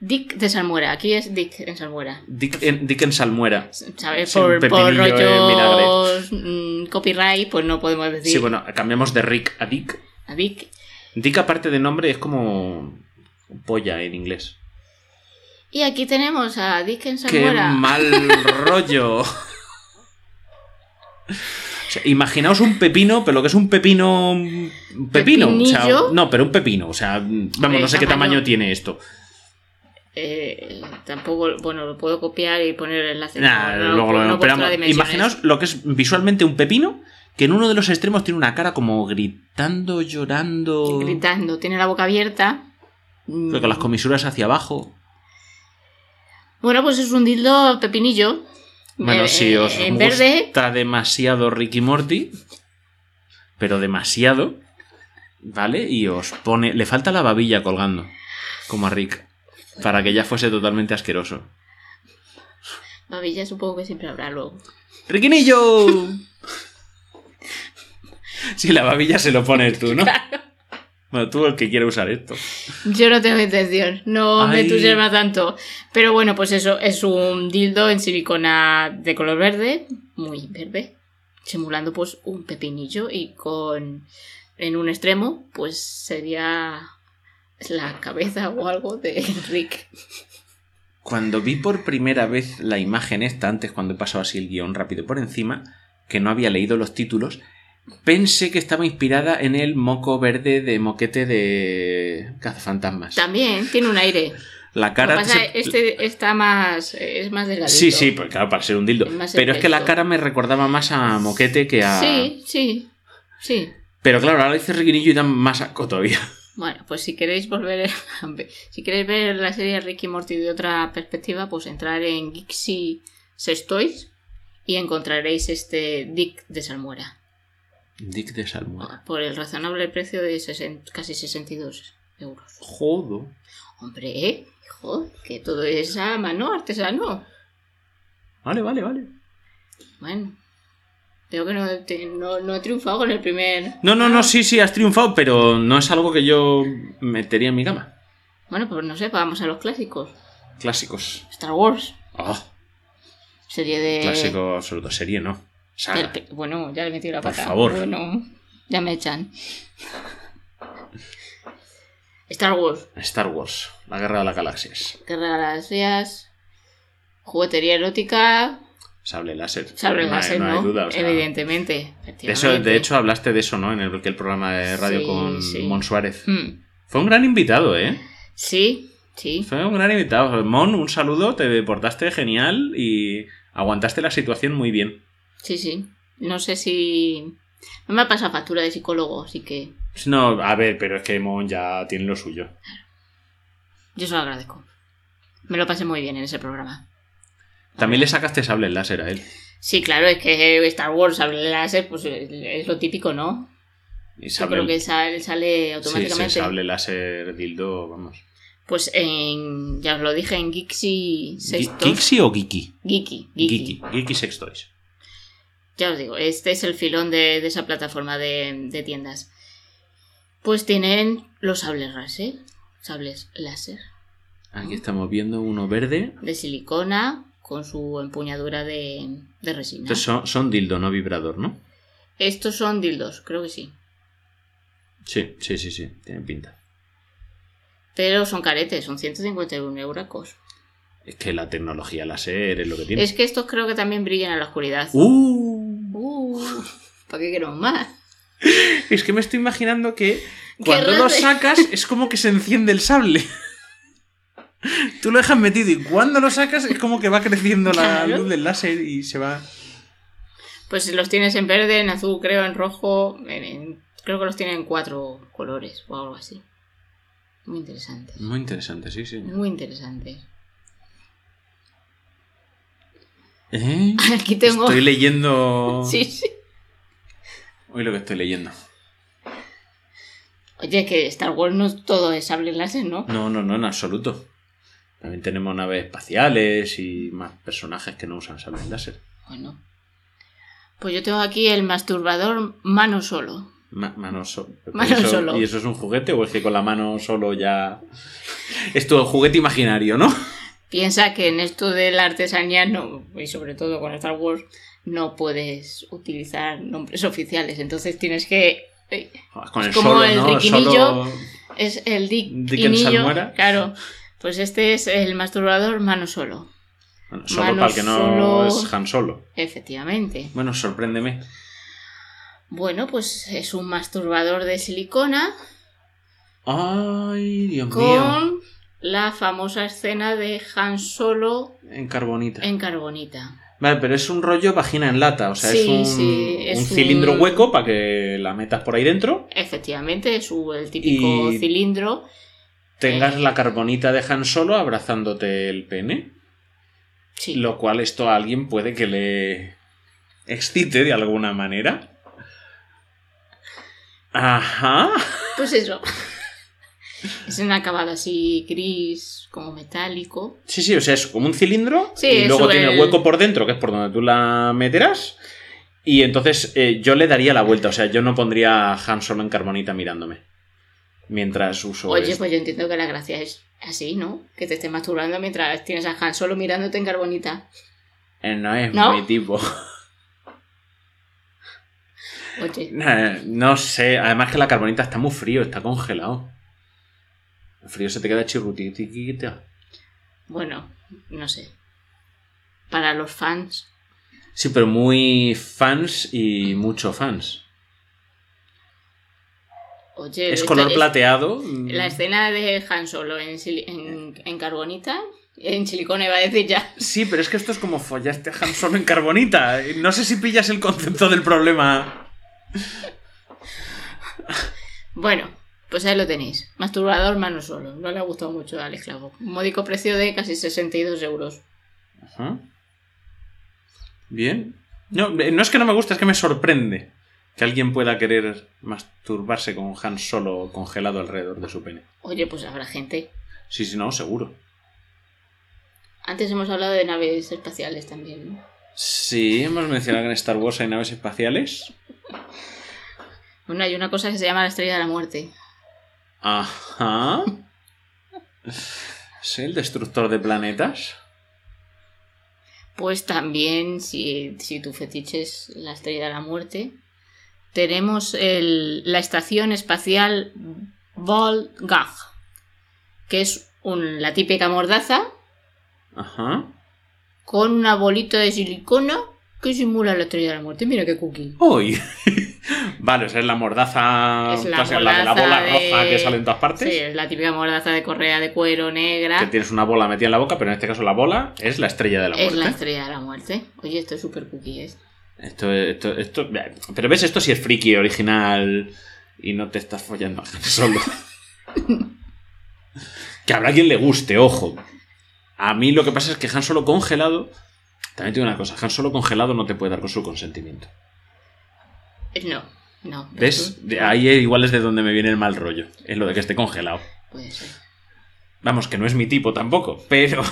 Speaker 1: Dick de Salmuera. Aquí es Dick en Salmuera.
Speaker 3: Dick, en, Dick en Salmuera.
Speaker 1: ¿Sabes?
Speaker 3: Sí, un
Speaker 1: Por, por
Speaker 3: pepinillo, eh,
Speaker 1: rollos mm, copyright, pues no podemos decir
Speaker 3: Sí, bueno, cambiamos de Rick a Dick.
Speaker 1: a Dick.
Speaker 3: Dick aparte de nombre es como polla en inglés.
Speaker 1: Y aquí tenemos a Dickens
Speaker 3: ¡Qué
Speaker 1: Zamora.
Speaker 3: mal
Speaker 1: <laughs>
Speaker 3: rollo! O sea, imaginaos un pepino, pero lo que es un pepino. un Pepino. o sea,
Speaker 1: Pepinillo.
Speaker 3: no, pero un pepino. O sea, vamos, no sé qué
Speaker 1: tamaño.
Speaker 3: tamaño tiene esto.
Speaker 1: Eh, tampoco, bueno, lo puedo copiar y poner el enlace.
Speaker 3: Nah,
Speaker 1: No, no,
Speaker 3: luego lo
Speaker 1: no
Speaker 3: vemos.
Speaker 1: muestra
Speaker 3: Pero vamos,
Speaker 1: dimensiones.
Speaker 3: imaginaos lo que es visualmente un pepino, que en uno de los extremos tiene una cara como gritando, llorando.
Speaker 1: Gritando, tiene la boca abierta.
Speaker 3: pero con las comisuras hacia abajo.
Speaker 1: Bueno, pues es un dildo pepinillo.
Speaker 3: Bueno,
Speaker 1: Eh,
Speaker 3: si os
Speaker 1: En
Speaker 3: gusta
Speaker 1: verde,
Speaker 3: demasiado Ricky Morty, pero demasiado, ¿vale? Y os pone. Le falta la babilla colgando, como a Rick, para que ya fuese totalmente asqueroso.
Speaker 1: babilla supongo que siempre habrá luego.
Speaker 3: ¡Riquinillo!
Speaker 1: <laughs>
Speaker 3: Si la babilla se lo pones tú, ¿no? Bueno, tú el que quiere usar esto.
Speaker 1: Yo no tengo intención, no me
Speaker 3: Ay.
Speaker 1: entusiasma tanto. Pero bueno, pues eso, es un dildo en silicona de color verde, muy verde, simulando pues un pepinillo y con en un extremo pues sería la cabeza o algo de Rick.
Speaker 3: Cuando vi por primera vez la imagen esta, antes cuando he pasado así el guión rápido por encima, que no había leído los títulos, pensé que estaba inspirada en el moco verde de moquete de cazafantasmas.
Speaker 1: También tiene un aire.
Speaker 3: La
Speaker 1: Lo que
Speaker 3: cara...
Speaker 1: pasa
Speaker 3: se-
Speaker 1: es que este está más es más delgadito.
Speaker 3: Sí, sí, pues claro, para ser un dildo.
Speaker 1: Es más
Speaker 3: Pero es que la
Speaker 1: espeso.
Speaker 3: cara me recordaba más a moquete que a...
Speaker 1: Sí, sí. Sí.
Speaker 3: Pero claro, ahora dice Riquinillo y da más asco todavía. <laughs>
Speaker 1: Bueno, pues si queréis volver, a ver- <laughs> si queréis ver la serie Ricky Morty de otra perspectiva, pues entrar en Gixi Sextoys y encontraréis este Dick de Salmuera
Speaker 3: Dick de salmuera.
Speaker 1: por el razonable precio de 60 casi 62 euros.
Speaker 3: Jodo.
Speaker 1: Hombre, ¿eh? hijo, que todo es a mano artesano.
Speaker 3: Vale, vale, vale.
Speaker 1: Bueno, creo que no, te- no, no he triunfado con el primer.
Speaker 3: No, no, no, sí, sí, has triunfado, pero no es algo que yo metería en mi cama.
Speaker 1: Bueno, pues no sé, vamos a los clásicos.
Speaker 3: Clásicos.
Speaker 1: Star Wars,
Speaker 3: Ah,
Speaker 1: serie de.
Speaker 3: Clásico absoluto, serie no. Saga.
Speaker 1: Del pe- Bueno, ya le he metido la
Speaker 3: Por
Speaker 1: pata.
Speaker 3: favor.
Speaker 1: Bueno, ya me echan. Star Wars,
Speaker 3: Star Wars, la guerra de las galaxias.
Speaker 1: Guerra de Galaxias, juguetería erótica,
Speaker 3: Sable láser.
Speaker 1: sabre
Speaker 3: no, hay-
Speaker 1: láser,
Speaker 3: no hay
Speaker 1: ¿no?
Speaker 3: duda, o sea,
Speaker 1: Evidentemente.
Speaker 3: de, eso,
Speaker 1: efectivamente.
Speaker 3: de hecho, hablaste de eso, ¿no? En el, aquel programa de radio
Speaker 1: Sí,
Speaker 3: con
Speaker 1: sí.
Speaker 3: Mon Suárez.
Speaker 1: Mm,
Speaker 3: Fue un gran invitado, ¿eh?
Speaker 1: Sí, sí.
Speaker 3: Fue un gran invitado. Mon, un saludo, te portaste genial y aguantaste la situación muy bien.
Speaker 1: Sí, sí. No sé si. No me ha pasado factura de psicólogo, así que
Speaker 3: No, a ver, pero es que Mon ya tiene lo suyo.
Speaker 1: yo se lo agradezco. Me lo pasé muy bien en ese programa.
Speaker 3: También le sacaste sable láser a él.
Speaker 1: Sí, claro, es que Star Wars, sable láser, pues es lo típico, ¿no?
Speaker 3: Y
Speaker 1: Yo
Speaker 3: sable,
Speaker 1: creo que sale, sale
Speaker 3: sí, sí,
Speaker 1: automáticamente.
Speaker 3: sable láser dildo, vamos.
Speaker 1: Pues en, ya os lo dije en Gixi Sexto.
Speaker 3: ¿Gixi o Geeky?
Speaker 1: Geeky, Geeky.
Speaker 3: Geeky. Geeky Sex Toys.
Speaker 1: Ya os digo, este es el filón de, de esa plataforma de, de tiendas. Pues tienen los sables láser, sables láser,
Speaker 3: Aquí estamos viendo uno verde.
Speaker 1: de silicona con su empuñadura de, de resina.
Speaker 3: Estos son, son dildo, no vibrador, ¿no?
Speaker 1: Estos son dildos, creo que sí.
Speaker 3: Sí, sí, sí, sí. Tienen pinta.
Speaker 1: Pero son caretes, son 151 euracos.
Speaker 3: Es que la tecnología láser es lo que tiene.
Speaker 1: Es que estos creo que también brillan a la oscuridad.
Speaker 3: ¡Uh!
Speaker 1: Uh, ¿Para qué queremos más?
Speaker 3: Es que me estoy imaginando que cuando
Speaker 1: ¡Qué
Speaker 3: lo
Speaker 1: raro!
Speaker 3: sacas es como que se enciende el sable. <laughs> Tú lo dejas metido y cuando lo sacas es como que va creciendo la
Speaker 1: Claro.
Speaker 3: luz del láser y se va...
Speaker 1: Pues los tienes en verde, en azul, creo, en rojo. en- en- creo que los tienen en cuatro colores o algo así. Muy interesantes.
Speaker 3: Muy interesante, sí, sí.
Speaker 1: Muy interesantes.
Speaker 3: ¿Eh?
Speaker 1: <laughs> Aquí tengo. <laughs>
Speaker 3: Estoy leyendo...
Speaker 1: Sí, sí.
Speaker 3: Hoy lo que estoy leyendo.
Speaker 1: Oye, que Star Wars no es todo es sable láser, ¿no?
Speaker 3: No, no, no, en absoluto. También tenemos naves espaciales y más personajes que no usan sables láser.
Speaker 1: Bueno. Pues yo tengo aquí el masturbador mano solo.
Speaker 3: Ma- mano so- pero
Speaker 1: Mano
Speaker 3: eso-
Speaker 1: solo.
Speaker 3: ¿Y eso es un juguete o es que con la mano solo ya... Es todo juguete imaginario, ¿no?
Speaker 1: Piensa que en esto de la artesanía, no, y sobre todo con Star Wars, no puedes utilizar nombres <laughs> oficiales. Entonces tienes que. eh,
Speaker 3: Con el
Speaker 1: como
Speaker 3: solo,
Speaker 1: el
Speaker 3: ¿no?
Speaker 1: riquinillo.
Speaker 3: Solo-
Speaker 1: Es el Dick,
Speaker 3: Dick en
Speaker 1: Inillo,
Speaker 3: Salmuera.
Speaker 1: Claro. Pues este es el masturbador mano solo.
Speaker 3: Bueno, solo
Speaker 1: Mano
Speaker 3: para el que no
Speaker 1: solo.
Speaker 3: es Han Solo.
Speaker 1: Efectivamente.
Speaker 3: Bueno, sorpréndeme.
Speaker 1: Bueno, pues es un masturbador de silicona
Speaker 3: Ay, Dios mío.
Speaker 1: con la famosa escena de Han Solo
Speaker 3: En carbonita.
Speaker 1: en carbonita.
Speaker 3: Vale, pero es un rollo vagina en lata. O sea, es,
Speaker 1: Sí,
Speaker 3: un,
Speaker 1: sí, es
Speaker 3: un
Speaker 1: un-
Speaker 3: cilindro hueco para que la metas por ahí dentro.
Speaker 1: Efectivamente, es un- el típico
Speaker 3: Y-
Speaker 1: cilindro.
Speaker 3: Tengas
Speaker 1: Eh.
Speaker 3: la carbonita de Han Solo abrazándote el pene.
Speaker 1: Sí.
Speaker 3: Lo cual esto a alguien puede que le excite de alguna manera. Ajá.
Speaker 1: Pues eso. <laughs> es un acabado así gris, como metálico.
Speaker 3: Sí, sí, o sea, es como un cilindro
Speaker 1: Sí,
Speaker 3: y
Speaker 1: es
Speaker 3: luego
Speaker 1: un-
Speaker 3: tiene el hueco por dentro, que es por donde tú la meterás. Y entonces eh, yo le daría la vuelta, o sea, yo no pondría a Han Solo en carbonita mirándome. Mientras uso.
Speaker 1: Oye,
Speaker 3: esto.
Speaker 1: pues yo entiendo que la gracia es así, ¿no? Que te estés masturbando mientras tienes a Han solo mirándote en carbonita.
Speaker 3: Eh, no es
Speaker 1: ¿No?
Speaker 3: mi tipo.
Speaker 1: Oye,
Speaker 3: Eh, No sé, además que la carbonita está muy frío, está congelado. El frío se te queda chirrutitiquita.
Speaker 1: bueno, no sé. Para los fans,
Speaker 3: Sí, pero muy fans y mucho fans.
Speaker 1: oye.
Speaker 3: Es
Speaker 1: esta-
Speaker 3: color
Speaker 1: Eh, es-
Speaker 3: plateado.
Speaker 1: La escena de Han Solo en, sili- en, en carbonita, en silicona iba a decir ya.
Speaker 3: Sí, pero es que esto es como follaste a Han Solo en carbonita. No sé si pillas el concepto del problema.
Speaker 1: Bueno, pues ahí lo tenéis. Masturbador mano solo. No le ha gustado mucho al esclavo. Un módico precio de casi 62 euros.
Speaker 3: Ajá. Bien. No, no es que no me guste, es que me sorprende que alguien pueda querer masturbarse con Han Solo congelado alrededor de su pene.
Speaker 1: Oye, pues habrá gente.
Speaker 3: Sí, sí, no, seguro.
Speaker 1: Antes hemos hablado de naves espaciales también, ¿no?
Speaker 3: Sí, hemos mencionado que en Star Wars hay naves espaciales.
Speaker 1: Bueno, hay una cosa que se llama la estrella de la muerte.
Speaker 3: Ajá. Sí, el destructor de planetas.
Speaker 1: Pues también, si, si tu fetiche es la estrella de la muerte, tenemos el- la estación espacial Volgag, que es un- la típica mordaza
Speaker 3: Ajá.
Speaker 1: con una bolita de silicona que simula la estrella de la muerte. Mira qué cookie.
Speaker 3: ¡Uy! <laughs> vale, o sea, es la mordaza.
Speaker 1: Es la
Speaker 3: clásica, la de la
Speaker 1: mordaza
Speaker 3: bola
Speaker 1: de-
Speaker 3: roja que sale en todas partes.
Speaker 1: Sí, es la típica mordaza de correa de cuero
Speaker 3: Que
Speaker 1: negra.
Speaker 3: tienes una bola metida en la boca, pero en este caso la bola es la estrella de la
Speaker 1: Es
Speaker 3: muerte.
Speaker 1: la estrella de la muerte. Oye, esto es súper cookie. ¿eh?
Speaker 3: Esto, esto, esto. Pero ves, esto sí es friki original y no te estás follando a Han solo. <laughs> que habrá quien le guste, ojo. A mí lo que pasa es que Han solo congelado. También tengo una cosa: Han solo congelado no te puede dar con su consentimiento.
Speaker 1: No, no.
Speaker 3: ¿Ves? De ahí igual es de donde me viene el mal rollo. Es lo de que esté congelado.
Speaker 1: Puede ser.
Speaker 3: Vamos, que no es mi tipo tampoco, pero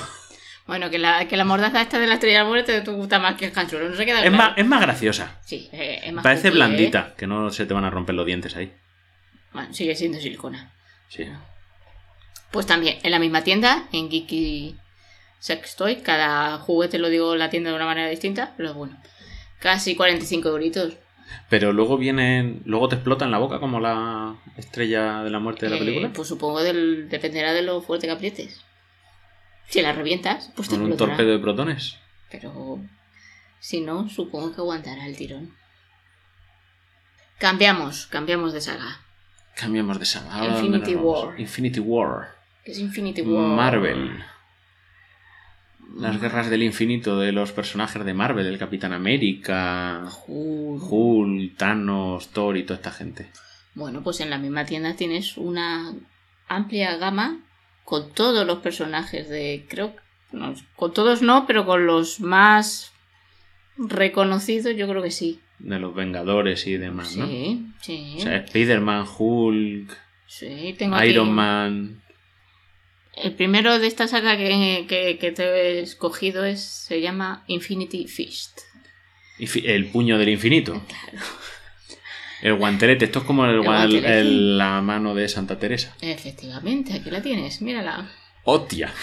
Speaker 1: Bueno, que la, que la mordaza esta de la estrella de la muerte te gusta más que el canchuelo. No se queda
Speaker 3: es
Speaker 1: claro.
Speaker 3: más, es más graciosa.
Speaker 1: Sí, eh, es más
Speaker 3: Parece
Speaker 1: cookie, ¿eh?
Speaker 3: blandita, que no se te van a romper los dientes ahí.
Speaker 1: Bueno, sigue siendo silicona.
Speaker 3: Sí.
Speaker 1: Pues también, en la misma tienda, en Geeky Sextoy, cada juguete lo digo la tienda de una manera distinta, pero bueno. Casi 45 euritos.
Speaker 3: Pero luego vienen, luego te explota en la boca como la estrella de la muerte de la
Speaker 1: Eh,
Speaker 3: película.
Speaker 1: pues supongo del, dependerá de lo fuerte que aprietes. Si la revientas, pues te
Speaker 3: Con un
Speaker 1: explotará.
Speaker 3: torpedo de protones.
Speaker 1: Pero si no, supongo que aguantará el tirón. Cambiamos, cambiamos de saga.
Speaker 3: Cambiamos de saga. Ahora, ¿dónde
Speaker 1: Infinity
Speaker 3: nos vamos?
Speaker 1: War.
Speaker 3: Infinity War.
Speaker 1: Que es Infinity War. Mm.
Speaker 3: Marvel. Las guerras del infinito de los personajes de Marvel, el Capitán América,
Speaker 1: Hulk.
Speaker 3: Hulk, Thanos, Thor y toda esta gente.
Speaker 1: Bueno, pues en la misma tienda tienes una amplia gama con todos los personajes de, creo, no, con todos no, pero con los más reconocidos yo creo que sí.
Speaker 3: De los Vengadores y demás, ¿no?
Speaker 1: sí, sí,
Speaker 3: O sea, Spider-Man, Hulk,
Speaker 1: sí. Tengo aquí
Speaker 3: Iron Man.
Speaker 1: El primero de esta saga que, que- que te he escogido es, se llama Infinity Fist.
Speaker 3: Infi- El puño del infinito. El guantelete. Esto es como el
Speaker 1: El
Speaker 3: guan-
Speaker 1: guantelete.
Speaker 3: el- la mano de Santa Teresa.
Speaker 1: Efectivamente, aquí la tienes, mírala.
Speaker 3: ¡Hostia!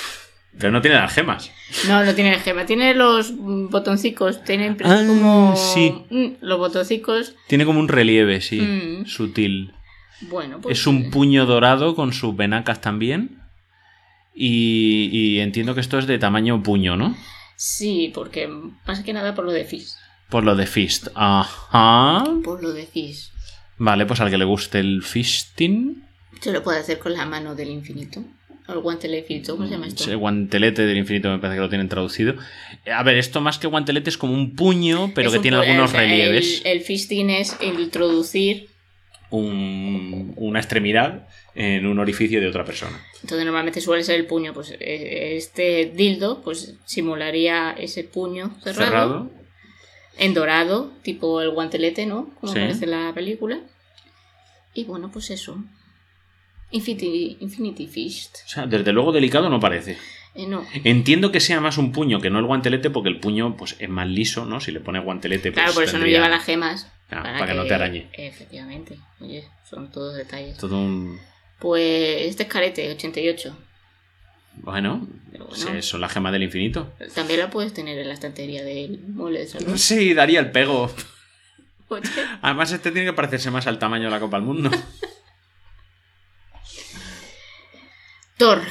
Speaker 3: Pero no tiene las gemas.
Speaker 1: No, no tiene el gema, tiene los mm, botoncicos, tiene impre-
Speaker 3: Ah,
Speaker 1: como...
Speaker 3: sí.
Speaker 1: Mm, Los botoncicos
Speaker 3: Tiene como un relieve, sí.
Speaker 1: Mm.
Speaker 3: Sutil.
Speaker 1: Bueno, pues.
Speaker 3: es un puño dorado con sus venacas también.
Speaker 4: Y, y entiendo que esto es de tamaño puño, ¿no?
Speaker 1: Sí, porque más que nada por lo de Fizz.
Speaker 4: Por lo de fist. Ajá.
Speaker 1: Por lo de Fizz.
Speaker 4: Vale, pues al que le guste el fisting.
Speaker 1: Se lo puede hacer con la mano del infinito. O el guantelete infinito, ¿cómo se
Speaker 3: Mm,
Speaker 1: llama esto?
Speaker 4: El guantelete del infinito me parece que lo tienen traducido. A ver, esto más que guantelete es como un puño, pero
Speaker 1: Es
Speaker 4: que
Speaker 1: un
Speaker 4: tiene
Speaker 1: pu-
Speaker 4: algunos
Speaker 1: o sea, el-
Speaker 4: relieves.
Speaker 1: El, fisting es introducir.
Speaker 3: un- una extremidad en un orificio de otra persona.
Speaker 1: Entonces normalmente suele ser el puño. Pues eh, este dildo pues simularía ese puño cerrado,
Speaker 4: Cerrado.
Speaker 1: en dorado, tipo el guantelete, ¿no? Como
Speaker 4: Sí.
Speaker 1: aparece en la película. Y bueno, pues eso. Infinity, Infinity Fist.
Speaker 3: O sea, desde luego delicado no parece.
Speaker 1: Eh, no.
Speaker 3: Entiendo que sea más un puño que no el guantelete, porque el puño pues, es más liso, ¿no? Si le pones guantelete, pues,
Speaker 1: Claro, por eso
Speaker 3: tendría
Speaker 1: no lleva las gemas.
Speaker 3: Ah, para que no te arañe.
Speaker 1: Efectivamente. Oye, son todos detalles.
Speaker 3: Todo un.
Speaker 1: Pues este es carete, 88.
Speaker 3: Bueno, pues
Speaker 1: Pero bueno.
Speaker 3: se- son las gemas del infinito.
Speaker 1: También la puedes tener en la estantería del mueble de salón.
Speaker 3: Sí, daría el pego.
Speaker 1: <laughs> Oye,
Speaker 3: Además, este tiene que parecerse más al tamaño de la Copa del
Speaker 1: <laughs>
Speaker 3: Mundo.
Speaker 1: Thor.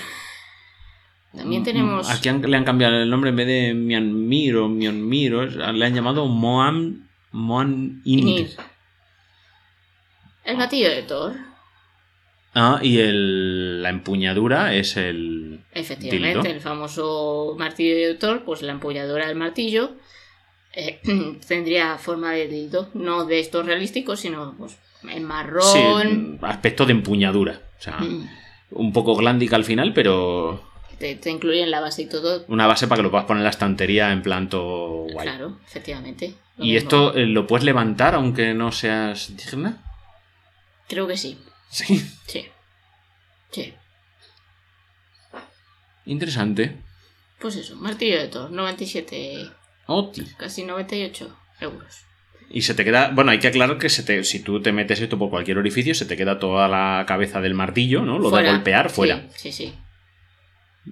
Speaker 1: También tenemos...
Speaker 3: Mm, Aquí han- le han cambiado el nombre en vez de Myanmir o Mionmir, o- le han llamado Moan, Moan Inir.
Speaker 1: Inir. El gatillo de Thor.
Speaker 3: Ah, y el- la empuñadura es el.
Speaker 1: Efectivamente,
Speaker 3: Dildo.
Speaker 1: el famoso martillo de Thor, pues la empolladora del martillo eh, <clears throat> tendría forma de dildo, no de estos realísticos, sino pues, en
Speaker 3: Sí,
Speaker 1: marrón,
Speaker 3: aspecto de ah. empuñadura. O sea,
Speaker 1: Mm.
Speaker 3: un poco glándica al final, pero
Speaker 1: te, te incluyen la base y todo.
Speaker 3: una base para que lo puedas poner en la estantería en planto guay.
Speaker 1: Claro, efectivamente. Lo
Speaker 3: ¿Y
Speaker 1: mismo.
Speaker 3: esto eh, lo puedes levantar aunque no seas digna?
Speaker 1: Creo que sí.
Speaker 3: Sí.
Speaker 1: Sí. Sí.
Speaker 3: Interesante.
Speaker 1: Pues eso, martillo de Thor, 97,
Speaker 3: Oti.
Speaker 1: casi 98 euros.
Speaker 3: Y se te queda, bueno, hay que aclarar que se te- si tú te metes esto por cualquier orificio, se te queda toda la cabeza del martillo, ¿no? Lo de golpear fuera.
Speaker 1: Sí, sí.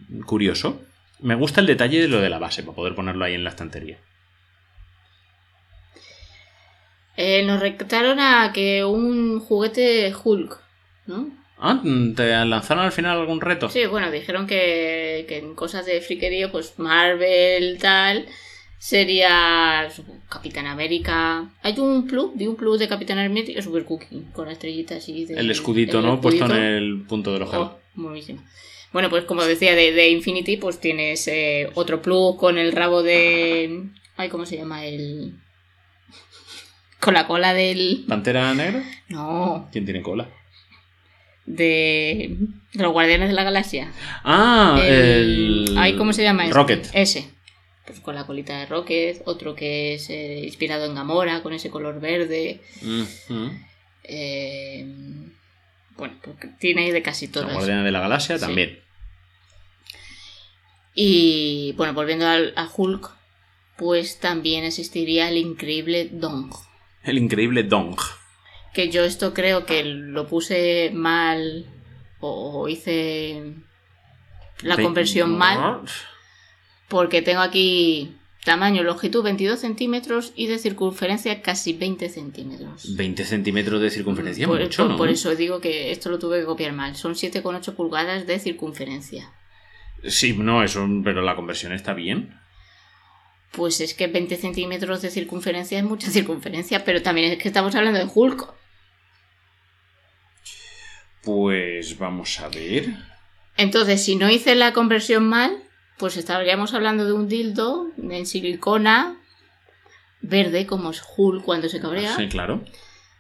Speaker 1: sí.
Speaker 3: Curioso. Me gusta el detalle de lo de la base, para poder ponerlo ahí en la estantería.
Speaker 1: Eh, nos rectaron a que un juguete Hulk, ¿no?
Speaker 3: Ah, ¿te lanzaron al final algún reto?
Speaker 1: Sí, bueno, dijeron que, que en cosas de friquerío, pues Marvel, tal, sería supongo, Capitán América. Hay un plus, vi un plus de Capitán América, Super Cookie, con la estrellita así. de-
Speaker 3: El escudito,
Speaker 1: del
Speaker 3: ¿no? Puesto en
Speaker 1: escudito.
Speaker 3: el punto del
Speaker 1: Oh,
Speaker 3: ojal.
Speaker 1: buenísimo. Bueno, pues como decía, de, de Infinity, pues tienes eh, otro plus con el rabo de. Ay, ¿cómo se llama? El. <laughs> Con la cola del.
Speaker 3: ¿Pantera negra?
Speaker 1: No,
Speaker 3: ¿Quién tiene cola?
Speaker 1: de. De los Guardianes de la Galaxia.
Speaker 3: Ah, el...
Speaker 1: el... ay, ¿Cómo se llama? este? ese?
Speaker 3: Rocket.
Speaker 1: Ese. Pues con la colita de Rocket, otro que es eh, inspirado en Gamora, con ese color verde.
Speaker 3: Ujú.
Speaker 1: eh, bueno, porque tiene de casi
Speaker 3: La
Speaker 1: todas.
Speaker 3: Guardiana de la Galaxia
Speaker 1: Sí.
Speaker 3: también.
Speaker 1: Y bueno, volviendo al- a Hulk, pues también existiría el increíble Dong.
Speaker 3: El increíble Dong.
Speaker 1: Que yo esto creo que lo puse mal o, o hice la
Speaker 3: Ve-
Speaker 1: conversión mal, porque tengo aquí tamaño, longitud 22 centímetros y de circunferencia casi 20 centímetros.
Speaker 3: 20 centímetros de circunferencia,
Speaker 1: por,
Speaker 3: mucho,
Speaker 1: por-
Speaker 3: ¿no?
Speaker 1: por eso digo que esto lo tuve que copiar mal. Son 7,8 pulgadas de circunferencia.
Speaker 3: Sí, no, eso, pero la conversión está bien.
Speaker 1: Pues es que 20 centímetros de circunferencia es mucha <laughs> circunferencia, pero también es que estamos hablando de Hulk.
Speaker 3: Pues vamos a ver.
Speaker 1: Entonces, si no hice la conversión mal, pues estaríamos hablando de un dildo en silicona verde, como es Hulk cuando se cabrea,
Speaker 3: Ah, Sí, claro.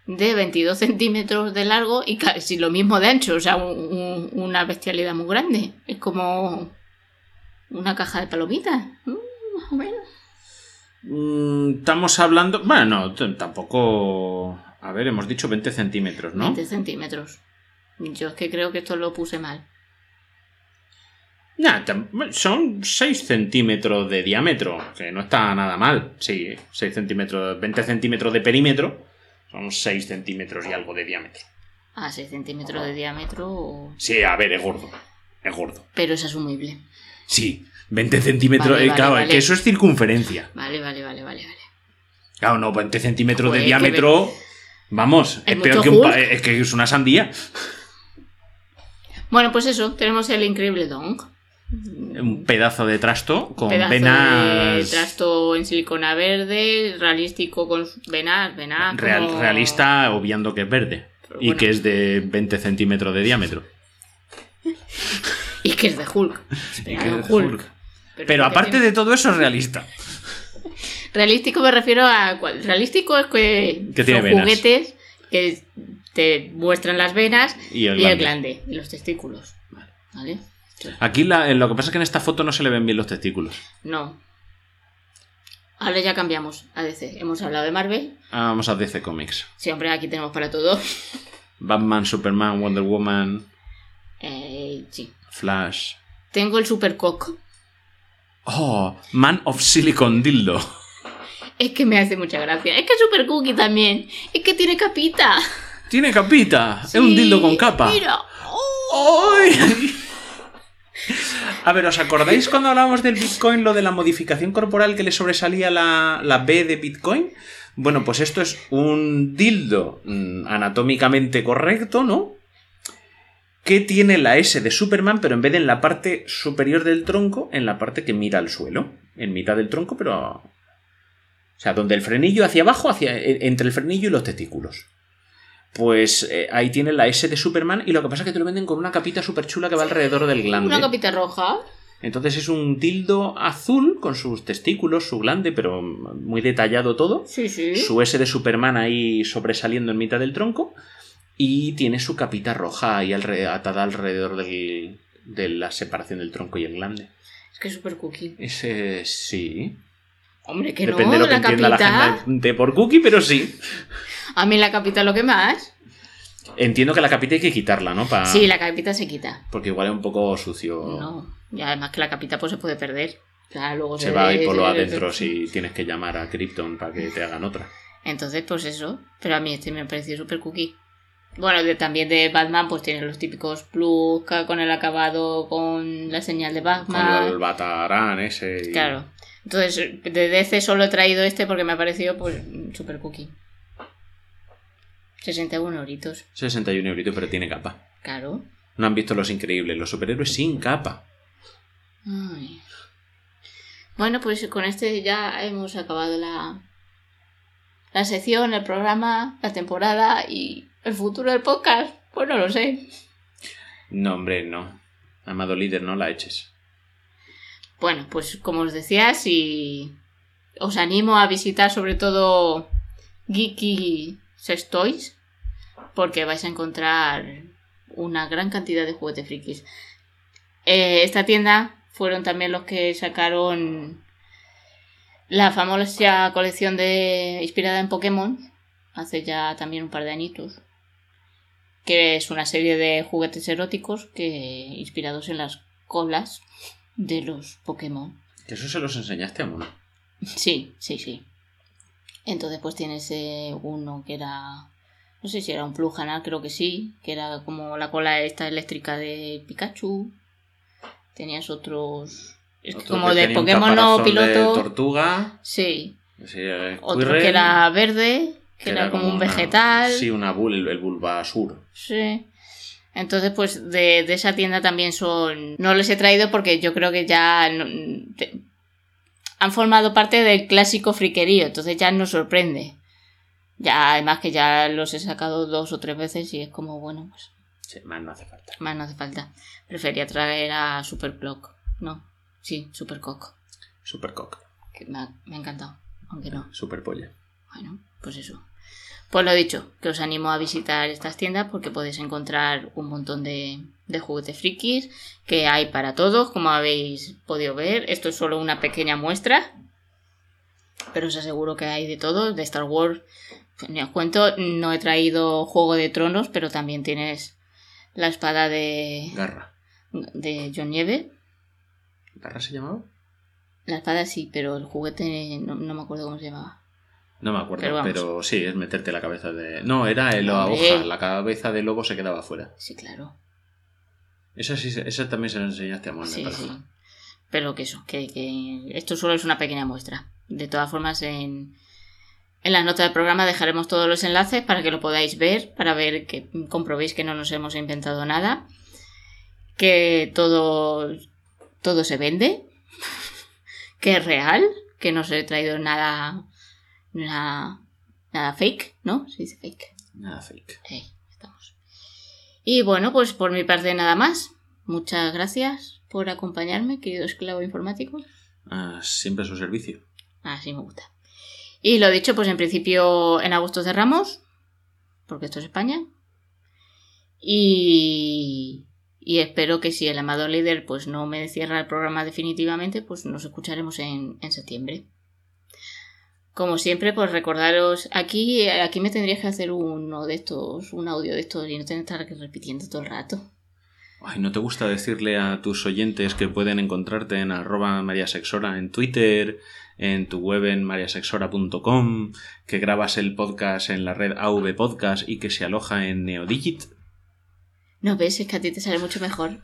Speaker 1: de 22 centímetros de largo y casi lo mismo de ancho, o sea, un- un- una bestialidad muy grande. Es como una caja de palomitas, ¿no? más o menos.
Speaker 3: Mm, Estamos hablando. Bueno, no, t- tampoco. A ver, hemos dicho 20 centímetros, ¿no?
Speaker 1: 20 centímetros. Yo es que creo que esto lo puse mal.
Speaker 3: Nah, tam- son 6 centímetros de diámetro, que no está nada mal. Sí, 6 centímetros, 20 centímetros de perímetro, son 6 centímetros y algo de diámetro.
Speaker 1: A 6 centímetros de diámetro o...
Speaker 3: Sí, a ver, es gordo. Es gordo.
Speaker 1: Pero es asumible.
Speaker 3: Sí, 20 centímetros.
Speaker 1: Vale,
Speaker 3: eh,
Speaker 1: vale,
Speaker 3: claro,
Speaker 1: vale.
Speaker 3: que eso es circunferencia.
Speaker 1: Vale, vale, vale, vale, vale.
Speaker 3: Claro, no, 20 centímetros
Speaker 1: Joder,
Speaker 3: de
Speaker 1: que
Speaker 3: diámetro. Vamos,
Speaker 1: Hay
Speaker 3: es peor
Speaker 1: mucho
Speaker 3: que un pa-
Speaker 1: Hulk.
Speaker 3: Es que es una sandía.
Speaker 1: Bueno, pues eso, tenemos el increíble Dong.
Speaker 3: Un pedazo de trasto con
Speaker 1: Pedazo de
Speaker 3: venas
Speaker 1: trasto en silicona verde, realístico con sus venas, venas.
Speaker 3: real-
Speaker 1: ah, como-
Speaker 3: realista, obviando que es verde
Speaker 1: Pero
Speaker 3: y
Speaker 1: bueno.
Speaker 3: que es de 20 centímetros de diámetro.
Speaker 1: Y que es de
Speaker 3: <laughs>
Speaker 1: Hulk.
Speaker 3: Y
Speaker 1: Espera,
Speaker 3: que
Speaker 1: Hulk.
Speaker 3: es Hulk. Pero
Speaker 1: que
Speaker 3: aparte
Speaker 1: tiene-
Speaker 3: de todo eso es realista.
Speaker 1: Realístico me refiero a. cual- Realístico es que.
Speaker 3: Que tiene
Speaker 1: son
Speaker 3: venas.
Speaker 1: juguetes que te muestran las venas
Speaker 3: Y el
Speaker 1: y el
Speaker 3: glande.
Speaker 1: glande, y los testículos. ¿Vale?
Speaker 3: Aquí la- eh, lo que pasa es que en esta foto no se le ven bien los testículos.
Speaker 1: No. Ahora ya cambiamos a DC. Hemos hablado de Marvel.
Speaker 3: Ah, vamos a DC Comics.
Speaker 1: Siempre aquí tenemos para todo. <laughs>
Speaker 3: Batman, Superman, Wonder Woman,
Speaker 1: Eh, sí.
Speaker 3: Flash.
Speaker 1: Tengo el Supercock.
Speaker 3: Oh, Man of Silicon Dildo. <laughs>
Speaker 1: Es que me hace mucha gracia. Es que es Super Cookie también. Es que tiene capita.
Speaker 3: Tiene capita. <laughs> Es un
Speaker 1: Sí,
Speaker 3: dildo con capa.
Speaker 1: Mira. Oh,
Speaker 3: 哎 ¡Ay! A ver, ¿os acordáis cuando hablábamos del Bitcoin lo de la modificación corporal que le sobresalía la, la B de Bitcoin? Bueno, pues esto es un dildo mm, anatómicamente correcto, ¿no? Que tiene la S de Superman, pero en vez de en la parte superior del tronco, en la parte que mira al suelo. En mitad del tronco, pero... a- O sea, donde el frenillo hacia abajo, hacia, e- entre el frenillo y los testículos. Pues eh, ahí tiene la S de Superman y lo que pasa es que te lo venden con una capita súper chula que va alrededor del glande.
Speaker 1: una capita roja.
Speaker 3: Entonces es un dildo azul con sus testículos, su glande, pero muy detallado todo.
Speaker 1: Sí, sí.
Speaker 3: Su S de Superman ahí sobresaliendo en mitad del tronco. Y tiene su capita roja ahí alre- atada alrededor del- de la separación del tronco y el glande.
Speaker 1: Es que es Super Cookie.
Speaker 3: Ese sí.
Speaker 1: Hombre, que
Speaker 3: Depende
Speaker 1: no.
Speaker 3: de lo que
Speaker 1: la
Speaker 3: entienda
Speaker 1: capita.
Speaker 3: la gente de por cookie, pero sí.
Speaker 1: A mí la capita lo que más.
Speaker 3: Entiendo que la capita hay que quitarla, ¿no? Pa-
Speaker 1: Sí, la capita se quita.
Speaker 3: Porque igual es un poco sucio.
Speaker 1: No. Y además que la capita pues se puede perder. Claro, luego
Speaker 3: Se va y por lo
Speaker 1: se-
Speaker 3: adentro
Speaker 1: eh,
Speaker 3: si tienes que llamar a Krypton para que te hagan otra.
Speaker 1: Entonces, pues eso. Pero a mí este me ha parecido super cookie. Bueno, de- también de Batman, pues tiene los típicos plus ca- con el acabado, con la señal de
Speaker 3: Con
Speaker 1: Batman.
Speaker 3: el Batarán ese. y-
Speaker 1: Claro. Entonces, de DC solo he traído este porque me ha parecido, pues, super cookie. 61 euritos.
Speaker 3: 61 euritos, pero tiene capa.
Speaker 1: Claro.
Speaker 3: No han visto los increíbles, los superhéroes sin capa.
Speaker 1: Ay. Bueno, pues con este ya hemos acabado la, la sección, el programa, la temporada y el futuro del podcast. Pues no lo sé.
Speaker 3: No, hombre, no. Amado líder, no la eches.
Speaker 1: Bueno, pues como os decía, si os animo a visitar sobre todo Geeky Sex Toys, porque vais a encontrar una gran cantidad de juguetes frikis. Eh, esta tienda fueron también los que sacaron la famosa colección de inspirada en Pokémon hace ya también un par de añitos que es una serie de juguetes eróticos que inspirados en las colas de los Pokémon.
Speaker 3: Que eso se los enseñaste a uno.
Speaker 1: Sí, sí, sí. Entonces pues tienes eh, uno que era, no sé si era un Plujanal, creo que sí, que era como la cola esta eléctrica de Pikachu. Tenías otros, es que
Speaker 3: Otro
Speaker 1: como
Speaker 3: que
Speaker 1: de
Speaker 3: tenía un
Speaker 1: Pokémon no
Speaker 3: caparazón de
Speaker 1: piloto.
Speaker 3: tortuga. eh,
Speaker 1: Sí,
Speaker 3: ese
Speaker 1: otro
Speaker 3: Squirrel,
Speaker 1: que era verde, que, era, como un
Speaker 3: una-
Speaker 1: vegetal.
Speaker 3: Sí, una bull, el, el Bulbasur.
Speaker 1: Sí. Entonces, pues de, de esa tienda también son. No les he traído porque yo creo que ya. no- te- han formado parte del clásico friquerío, entonces ya nos sorprende. Ya, además que ya los he sacado dos o tres veces y es como, bueno, pues
Speaker 3: Sí, más no hace falta.
Speaker 1: más no hace falta. Prefería traer a Superclock. No, sí, Supercock.
Speaker 3: Supercock.
Speaker 1: Que me ha- me ha encantado, aunque no.
Speaker 3: Superpolla.
Speaker 1: Bueno, pues eso. Pues lo dicho, que os animo a visitar estas tiendas porque podéis encontrar un montón de, de juguetes frikis que hay para todos, como habéis podido ver. Esto es solo una pequeña muestra, pero os aseguro que hay de todo. De Star Wars, pues ni os cuento, no he traído Juego de Tronos, pero también tienes la espada de,
Speaker 3: Garra.
Speaker 1: de John Nieve.
Speaker 3: ¿Garra se llamaba?
Speaker 1: La espada sí, pero el juguete no- no me acuerdo cómo se llamaba.
Speaker 3: No me acuerdo,
Speaker 1: Pero
Speaker 3: pero,
Speaker 1: vamos.
Speaker 3: sí, es meterte la cabeza de. No, era el- la
Speaker 1: Hombre.
Speaker 3: hoja, la cabeza del lobo se quedaba afuera.
Speaker 1: Sí, claro.
Speaker 3: Esa, sí, se- esa también se la enseñaste a Mon, me
Speaker 1: Sí,
Speaker 3: parece.
Speaker 1: sí. Pero que eso, que, que esto solo es una pequeña muestra. De todas formas, en, en las notas del programa dejaremos todos los enlaces para que lo podáis ver, para ver que comprobéis que no nos hemos inventado nada, que todo, todo se vende, <laughs> que es real, que no se he traído nada, nada, nada fake, ¿no? Se dice fake.
Speaker 3: Nada Ah, fake.
Speaker 1: Sí, estamos. Y bueno, pues por mi parte nada más. Muchas gracias por acompañarme, querido esclavo informático.
Speaker 3: Ah, siempre a su servicio.
Speaker 1: Así Ah, me gusta. Y lo dicho, pues en principio en agosto cerramos, porque esto es España. Y, y espero que si el amado líder pues no me cierra el programa definitivamente, pues nos escucharemos en, en septiembre. Como siempre, pues recordaros, aquí, aquí me tendrías que hacer uno de estos, un audio de estos y no tener que estar repitiendo todo el rato.
Speaker 3: Ay, ¿no te gusta decirle a tus oyentes que pueden encontrarte en arroba mariasexora en Twitter, en tu web en mariasexora.com, que grabas el podcast en la red AV Podcast y que se aloja en Neodigit?
Speaker 1: No ves, es que a ti te sale mucho mejor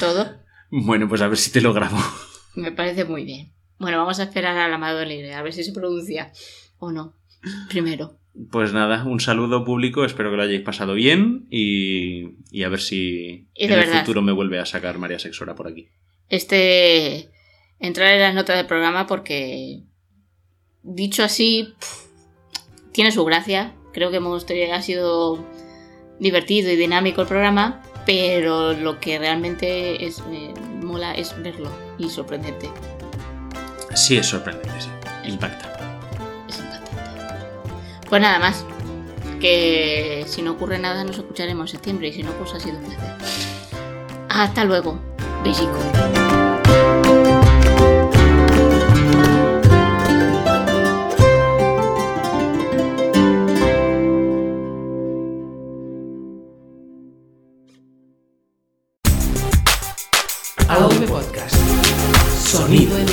Speaker 1: todo.
Speaker 3: bueno, pues a ver si te lo grabo. <laughs>
Speaker 1: Me parece muy bien. Bueno, vamos a esperar al amado libre, a ver si se pronuncia o no. Primero.
Speaker 3: Pues nada, un saludo público, espero que lo hayáis pasado bien y, y a ver si
Speaker 1: Y
Speaker 3: en
Speaker 1: de
Speaker 3: el
Speaker 1: verdad.
Speaker 3: futuro me vuelve a sacar María Sexora por aquí.
Speaker 1: Este. Entrar en las notas del programa porque. Dicho así. pff, tiene su gracia. Creo que hemos tenido- ha sido divertido y dinámico el programa. Pero lo que realmente es, eh, mola es verlo y sorprendente.
Speaker 3: Sí, es sorprendente, sí. Impacta.
Speaker 1: Es impactante. Pues nada más. Que si no ocurre nada, nos escucharemos en septiembre. Y si no, pues ha sido un placer. Hasta luego. Besico.
Speaker 2: AV Podcast. Sonido en